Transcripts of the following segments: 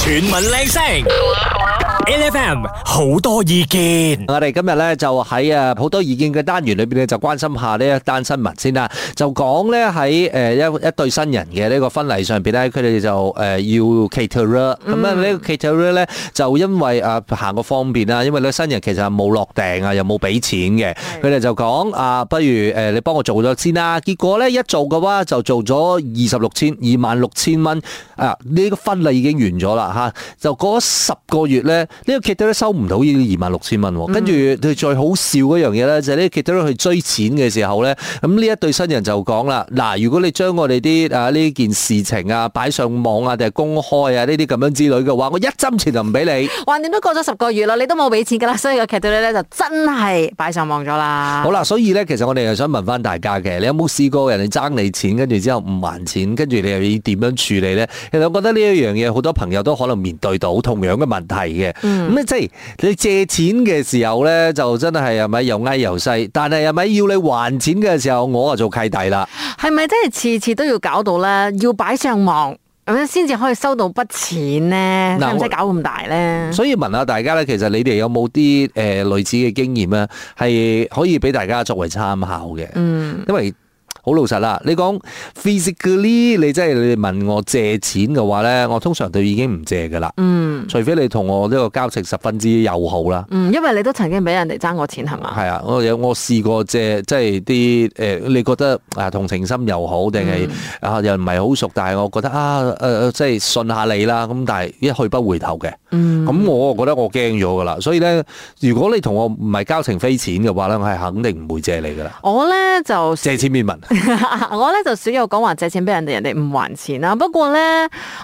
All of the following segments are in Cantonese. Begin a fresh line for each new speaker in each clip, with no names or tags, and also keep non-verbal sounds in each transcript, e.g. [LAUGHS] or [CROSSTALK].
全民靚聲，LFM 好多意見。
我哋今日咧就喺啊好多意見嘅單元裏邊咧，就關心下呢一單新聞先啦。就講咧喺誒一一對新人嘅呢個婚禮上邊咧，佢哋就誒、呃要 caterer 咁咧呢個 caterer 咧就因為啊行個方便啦，因為咧新人其實係冇落訂啊，又冇俾錢嘅，佢哋就講啊，不如誒你幫我做咗先啦。結果咧一做嘅話就做咗二十六千二萬六千蚊啊！呢、個婚禮已經完咗啦嚇，就過咗十個月咧，呢、個 k i t 收唔到呢二萬六千蚊喎。跟住佢最好笑嗰樣嘢咧，就係呢個 k i t 去追錢嘅時候咧，咁呢一對新人就講啦：嗱，如果你將我哋啲啊呢件事情啊擺上網啊定係公開啊呢啲咁樣之類嘅話，我一針錢就唔俾你。
橫掂都過咗十個月啦，你都冇俾錢噶啦，所以個劇隊咧就真係擺上網咗啦。
好，啦，所以咧，其實我哋又想問翻大家嘅，你有冇試過人哋爭你錢，跟住之後唔還錢，跟住你又要點樣處理咧？其實我覺得呢一樣嘢，好多朋友都可能面對到同樣嘅問題嘅。咁、即係你借錢嘅時候咧，就真係係咪又矮又細？但係係咪要你還錢嘅時候，我啊做契弟啦？
係咪真係次次都要搞到咧？要擺上網咁樣先至可以收到筆錢咧？
嗱
使唔
我
使搞咁大咧？
所以問下大家咧，其實你哋有冇啲誒類似嘅經驗咧，係可以俾大家作為參考嘅？嗯，因為好老實啦，你講 physically，你真係你哋問我借錢嘅話咧，我通常都已經唔借噶啦。嗯，除非你同我呢個交情十分之友好啦。
嗯，因為你都曾經俾人哋爭過錢係嘛？
係啊，我有我試過借，即係啲誒，你覺得啊同情心又好，定係啊又唔係好熟，但係我覺得啊誒、呃即係信下你啦。咁但係一去不回頭嘅，咁、我覺得我驚咗噶啦。所以咧，如果你同我唔係交情非錢嘅話咧，我係肯定唔會借你噶啦。
我咧就 [LAUGHS]
借錢面問，
我咧就少有講話借錢俾人哋，人哋唔還錢啦。不過咧，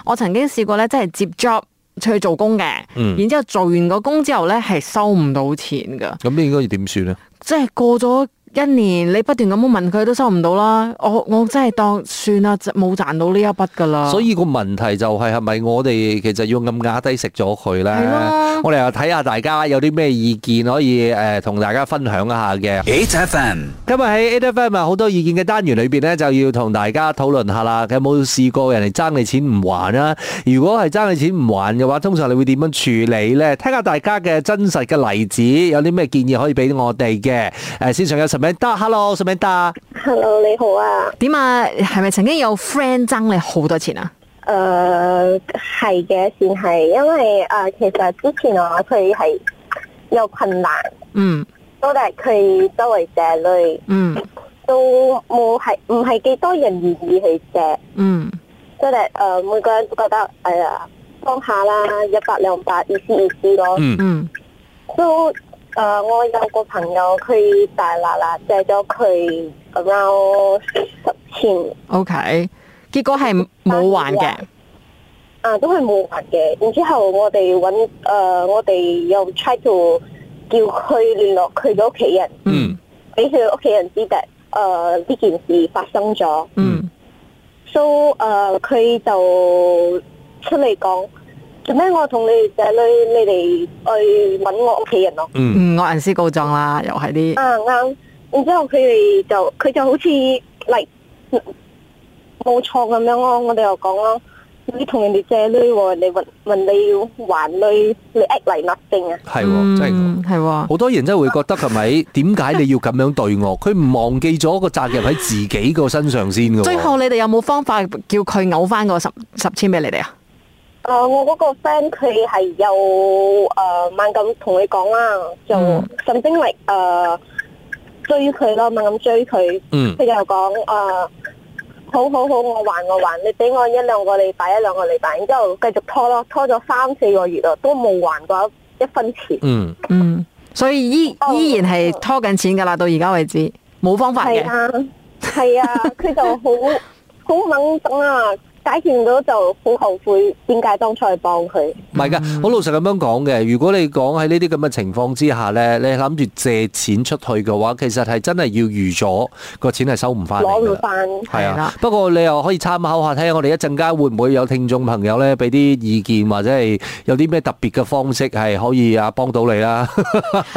我曾經試過咧，真係接 job 出去做工嘅，
嗯
然之後做完個工之後咧，係收唔到錢噶。
咁應該要點算咧？
即係過咗一年，你不斷咁樣問佢都收唔到啦。我我真係當算啦，就冇賺到呢一筆噶啦。
所以個問題就係係咪我哋其實要暗啞低食咗佢咧
係咯？
我哋又睇下大家有啲咩意見可以誒同、大家分享一下嘅。
8FM
今日喺 A F M 啊好多意見嘅單元裏邊咧，就要同大家討論下啦。有冇試過人哋爭你錢唔還啊？如果係爭你錢唔還嘅話，通常你會點樣處理呢？聽下大家嘅真實嘅例子，有啲咩建議可以俾我哋嘅？誒，線上有 Samantha，Hello Samantha，
Hello，你好啊。
點啊？係咪曾經有 friend 爭你好多錢啊？
誒、呃係嘅，算係，因為誒、呃其實之前我佢係有困難，
嗯
都係佢周圍借類，
嗯
都冇係唔係幾多人願意去借，
嗯
即係誒每個人都覺得誒呀幫下啦，一百兩百，意思意思咯。
嗯
嗯
都誒、呃我有個朋友佢大嗱嗱借咗佢 around 十千。
，OK。結果係冇還嘅，
啊，都係冇還嘅。然之後我哋揾誒，呃我哋又 try to 叫佢聯絡佢嘅屋企人，
嗯
俾佢屋企人知嘅誒呢件事發生咗。
嗯
so 誒、呃佢就出嚟講，做咩我同你哋仔女，你哋去揾我屋企人咯？
嗯
嗯，惡人私告狀啦，又係啲，
啊啱。然之後佢哋就佢就好似嚟冇錯咁樣咯，我哋又講咯。你同人哋借女喎，你問問你要還女，你 act 嚟 nothing 啊！
係
嗯
喎，真係。
係喎。
好多人真係會覺得係咪？點解你要咁樣對我？佢唔忘記咗個責任喺自己個身上先嘅喎。
最後你哋有冇方法叫佢嘔翻個十十千俾你哋啊？
啊、我嗰個 friend 佢係有誒猛咁同佢講啦，就
嗯
甚至嚟誒追佢咯，猛咁追佢。
嗯
佢就講誒、呃好好好，我還我還，你俾我一兩個禮拜，一兩個禮拜，然之後繼續拖咯，拖咗三四個月啦，都冇還過一分錢。
嗯，
嗯，所以依
哦
依然係拖緊錢㗎啦，到而家為止冇方法
係
嘅。
啊，係啊，佢就好 [LAUGHS] 好懵懂啊，解決唔到就好後悔，點解當初去幫佢？
唔係㗎，好老實咁樣講嘅。如果你講喺呢啲咁嘅情況之下咧，你諗住借錢出去嘅話，其實係真係要預咗個錢係收唔翻嚟
攞
㗎
唔
啦。
翻。
係
係
啊
啦，
不過你又可以參考下，睇下我哋一陣間會唔會有聽眾朋友咧俾啲意見，或者係有啲咩特別嘅方式係可以啊幫到你啦。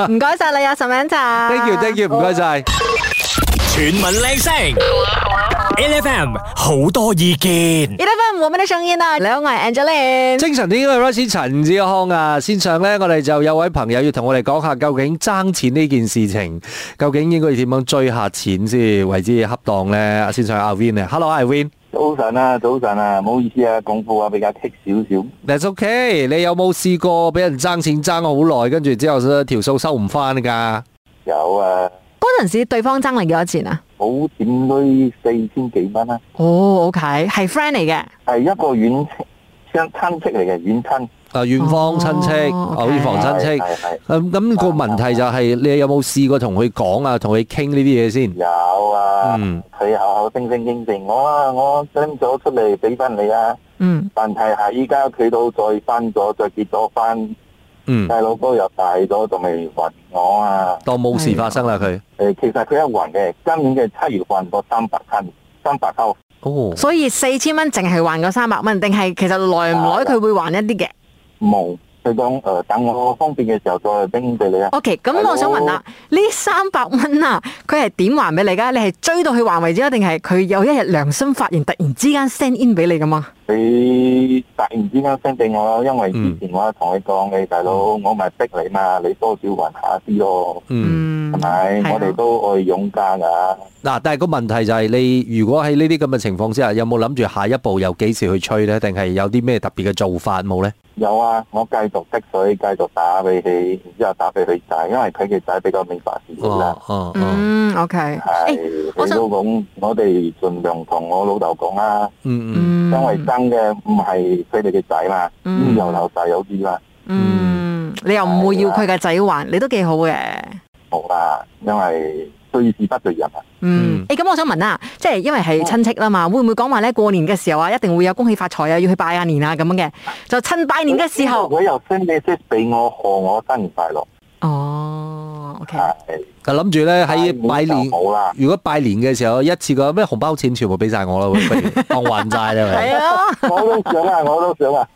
唔該晒你啊，岑敏澤。
[LAUGHS] thank you，thank you，唔該晒。
全民靚聲，LFM 好多意見。
Eleven 我們的聲音啊，兩位 Angeline，
精神啲嘅 Rice 陳志康啊，先上咧，我哋就有位朋友要同我哋講下，究竟爭錢呢件事情，究竟應該要點樣追下錢先為之恰當咧？啊先上阿 Win 啊，Hello 阿 Win，That's
早晨啊，早晨啊，唔好意思啊，功夫啊比較棘少少。
OK，你有冇試過俾人爭錢爭咗好耐，跟住之後條數收唔翻㗎？
有啊，
嗰陣時對方爭你幾多錢啊？
保險都四千幾蚊啦，
哦，OK，係 friend 嚟嘅，
係一個遠親親戚嚟嘅遠親，
啊，遠方親戚、
哦
啊遠房親戚，
係係
咁咁個問題就係你有冇試過同佢講啊，同佢傾呢啲嘢先？
有啊
嗯，
佢口口聲聲應承我啊，我拎咗出嚟俾翻你啊，
嗯，
但係係依家佢都再翻咗，再結咗婚，
嗯，
細佬哥又大咗，仲未暈我啊。
當冇事發生啦佢。
誒、其實佢一暈嘅，今年嘅七月暈過三百斤，三百溝。
哦，
所以四千蚊淨係還嗰三百蚊，定係其實耐唔耐佢會還一啲嘅
冇，佢講誒等我方便嘅時候再拎俾你啊。
？OK，咁
係
我想問啦，
咯
呢三百蚊啊，佢係點還俾你噶？你係追到佢還為止啊，定係佢有一日良心發現，突然之間 send in 俾你噶嘛？
你突然之間 send 俾我，因為之前我同你講
嗯
你大佬，我咪逼你嘛，你多少還下啲咯，
嗯，
嗯
係咪？
係啊
我哋都愛勇家㗎。
嗱，但係個問題就係你如果喺呢啲咁嘅情況之下，有冇諗住下一步又幾時去吹呢？定係有啲咩特別嘅做法冇呢？
有啊，我繼續滴水，繼續打俾佢，然之後打俾佢仔，因為佢嘅仔比較明白事理啦
哦。哦哦，
嗯，OK，
係
誒，，我
佢
想
都講，我哋盡量同我老豆講啦，
嗯嗯
因
嗯
為爭嘅唔係佢哋嘅仔嘛，
嗯
有老大有啲啦，
嗯，你又唔會要佢嘅仔還，你都幾好嘅。
冇啦，因為對事不對人啊。
嗯
嗯，誒咁、我想問啊，即係因為係親戚啦嘛，會唔會講話咧過年嘅時候啊，一定會有恭喜發財啊，要去拜下年啊咁 [LAUGHS] 樣嘅，就趁拜年嘅時候，
佢又 send message 俾我，賀我生日快樂。
哦，OK，
係
就諗住呢，喺啊拜
拜
年
年就，冇啦，
如果拜年嘅時候一次過咩紅包錢全部俾晒我啦，
[LAUGHS]
會不如當還債啦咪
係。啊，
我都想啊，我都想啊。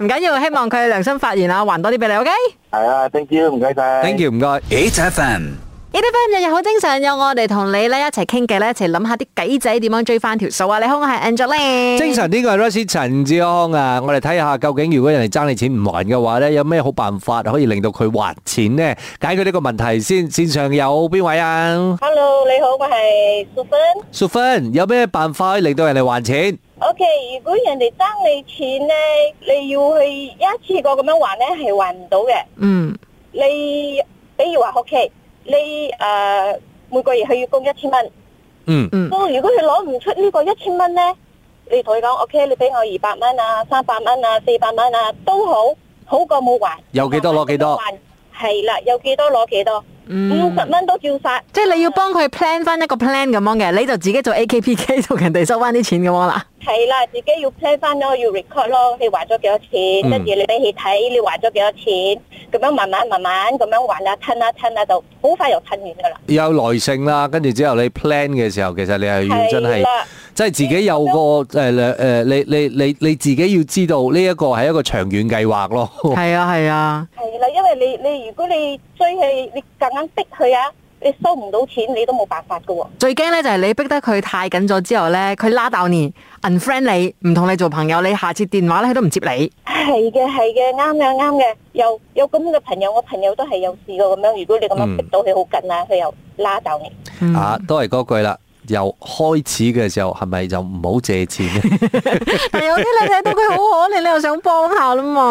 唔緊要，希望佢良心發現啊，還多啲俾你，OK。
係啊，thank you，唔該晒。
Thank you，唔該。
8FM
e d f 日日好精神，有我哋同你咧一齊傾偈咧，一齊諗下啲計仔點樣追翻條數啊！你好，我係 Angeline。
精神呢個係 r i s e 陳志康啊，我哋睇下究竟如果人哋爭你錢唔還嘅話咧，有咩好辦法可以令到佢還錢呢？解決呢個問題先。線上有邊位啊
Hello，你好，我係淑芬。
淑芬，有咩辦法可以令到人哋還錢？
OK，如果人哋爭你錢咧，你要去一次過咁樣還咧，係還唔到嘅。
嗯
你比如話，OK，你誒、呃每個月佢要供一千蚊，
嗯
嗯
到如果佢攞唔出呢個一千蚊咧，你同佢講，OK，你俾我二百蚊啊、三百蚊啊、四百蚊啊，都好，好過冇還。
有幾多攞幾多
慢慢咁樣還？係啦，有幾多攞幾多，五
嗯
十，蚊都照殺。
即係你要幫佢 plan 翻一個 plan 咁樣嘅，你就自己做 AKPK [LAUGHS] 同人哋收翻啲錢咁樣啦。
係啦，自己要 plan 翻咯，要 record 咯，你還咗幾多
嗯
錢，跟住你俾佢睇，你還咗幾多錢，咁樣慢慢慢慢咁樣還啊，吞啊吞啊，就好快又吞完噶啦。
有耐性啦，跟住之後你 plan 嘅時候，其實你係要哎真係
係啦，
即係自己有個誒誒，你你你你自己要知道呢一個係一個長遠計劃咯。
係啊係啊，
係啦，因為你你如果你追佢，你夾硬逼佢啊，你收唔到錢，你都冇辦法噶喎。
最驚咧就係你逼得佢太緊咗之後咧，佢拉到你 unfriend 你，唔同你做朋友，你下次電話咧佢都唔接你。
係嘅，係嘅，啱嘅，啱嘅。有有咁嘅朋友，我朋友都係有試過咁樣。如果你咁
嗯
樣逼到佢好緊啊，佢又拉到你。
嗯
啊，都係嗰句啦。由開始嘅時候係咪就唔好借錢呢
但有啲你睇到佢好可憐，你又想幫下啦嘛。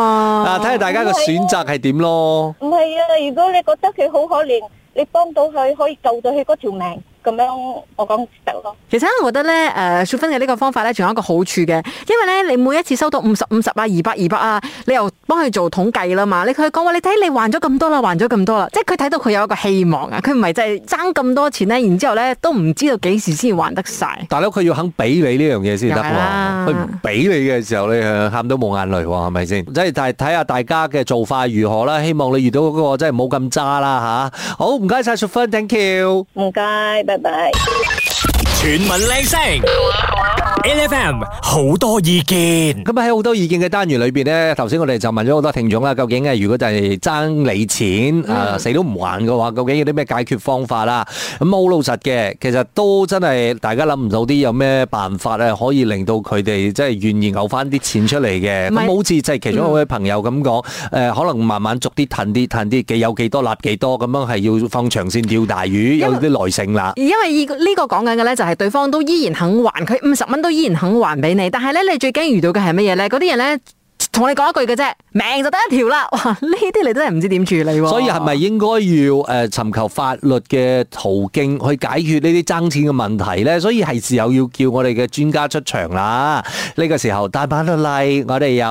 啊，睇下大家個選擇係點咯。
唔係啊，如果你覺得佢好可憐，你幫到佢可以救到佢嗰條命，咁樣我講得咯。
其實我覺得咧，誒、呃，雪芬嘅呢個方法咧，仲有一個好處嘅，因為咧，你每一次收到五十、五十啊、二百、二百啊，你又幫佢做統計啦嘛，你佢講話，你睇你還咗咁多啦，還咗咁多啦，即係佢睇到佢有一個希望啊，佢唔係就係爭咁多錢咧，然之後咧都唔知道幾時先還得晒。
大佬佢要肯俾你呢樣嘢先得
梗係啦
喎，佢唔俾你嘅時候，你係喊到冇眼淚喎，係咪先？即係但係睇下大家嘅做法如何啦。希望你遇到嗰個真係冇咁渣啦吓。好，唔該晒淑芬，thank you。
唔該，拜拜。
全民靚聲 L F M 好多意見。
咁啊喺好多意見嘅單元裏邊咧，頭先我哋就問咗好多聽眾啦，究竟誒呃如果就係爭你錢
嗯
啊、死都唔還嘅話，究竟有啲咩解決方法啦？咁好老實嘅，其實都真係大家諗唔到啲有咩辦法咧，可以令到佢哋即係願意嘔翻啲錢出嚟嘅。
唔係嗯
咁好似就係其中一位朋友咁講，誒、呃可能慢慢逐啲褪啲褪啲，幾有幾多立幾多咁樣係要放長線釣大魚，有啲耐性啦。
因為呢個呢個講緊嘅咧，就係對方都依然肯還，佢五十蚊都依然肯還俾你。但係咧，你最驚遇到嘅係乜嘢咧？嗰啲人咧同你講一句嘅啫，命就得一條啦。哇！ [LAUGHS] 呢啲你真係唔知點處理喎。
所以啊係咪應該要誒呃尋求法律嘅途徑去解決呢啲爭錢嘅問題呢？所以係時候要叫我哋嘅專家出場啦。呢、個時候大版律例，我哋有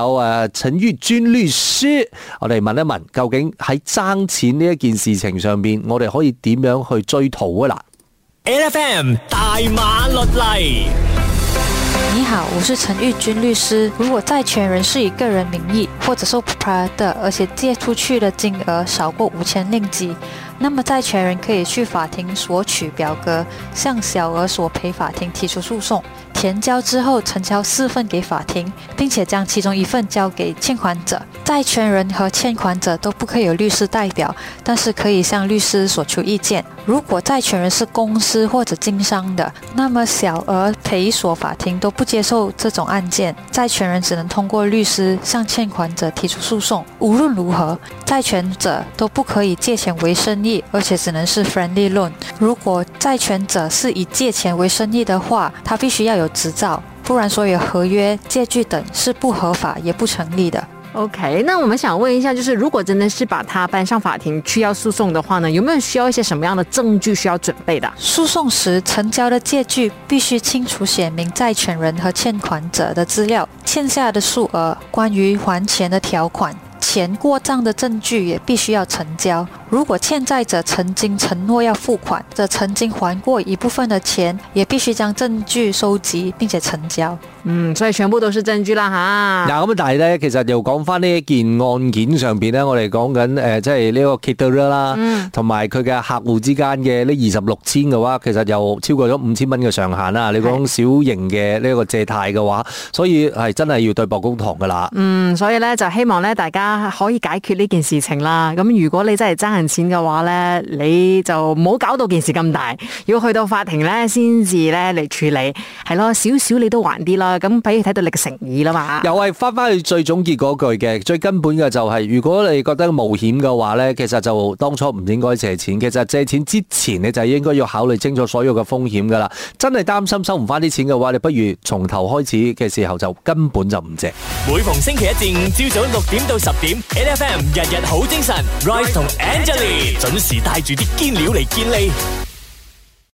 誒陳玉專律師，我哋問一問究竟喺爭錢呢一件事情上邊，我哋可以點樣去追討啊？嗱。
L F M 大馬律例。
你好，我是陈玉君律师。如果债权人是以个人名义或者受 proprietor，而且借出去的金额少过五千令吉，那么债权人可以去法庭索取表格，向小额索赔法庭提出诉讼。填交之后，呈交四份给法庭，并且将其中一份交给欠款者。债权人和欠款者都不可以有律师代表，但是可以向律师索求意见。如果债权人是公司或者经商的，那么小额赔索法庭都不接受这种案件，债权人只能通过律师向欠款者提出诉讼。无论如何，债权者都不可以借钱为生意，而且只能是 friendly loan。如果债权者是以借钱为生意的话，他必须要有执照，不然所有合约、借据等是不合法也不成立的。
OK，那我们想问一下，就是如果真的是把他搬上法庭去要诉讼的话呢，有没有需要一些什么样的证据需要准备的？
诉讼时成交的借据必须清楚写明债权人和欠款者的资料、欠下的数额、关于还钱的条款。钱过账的证据也必须要成交。如果欠债者曾经承诺要付款，者曾经还过一部分的钱，也必须将证据收集并且成交。
嗯，所以全部都是证据啦哈。
嗱咁，但係咧，其實又講翻呢一件案件上邊咧，我哋講緊誒，即係呢個 k i t e r 啦，同埋佢嘅客户之間嘅呢二十六千嘅話，其實又超過咗五千蚊嘅上限啦。你講小型嘅呢個借貸嘅話，所以係真係要對簿公堂噶啦。
嗯，所以咧就希望咧大家可以解決呢件事情啦。咁如果你真係爭人錢嘅話咧，你就唔好搞到件事咁大，要去到法庭咧先至咧嚟處理，係咯，少少你都還啲啦。咁俾佢睇到你嘅誠意啦嘛。
又係翻翻去最總結嗰句嘅，最根本嘅就係、如果你覺得冒險嘅話呢，其實就當初唔應該借錢。其實借錢之前，你就應該要考慮清楚所有嘅風險噶啦。真係擔心收唔翻啲錢嘅話，你不如從頭開始嘅時候就根本就唔借。
每逢星期一至五朝早六點到十點，L F M 日日好精神，Rise 同 Angelie 準時帶住啲堅料嚟健利。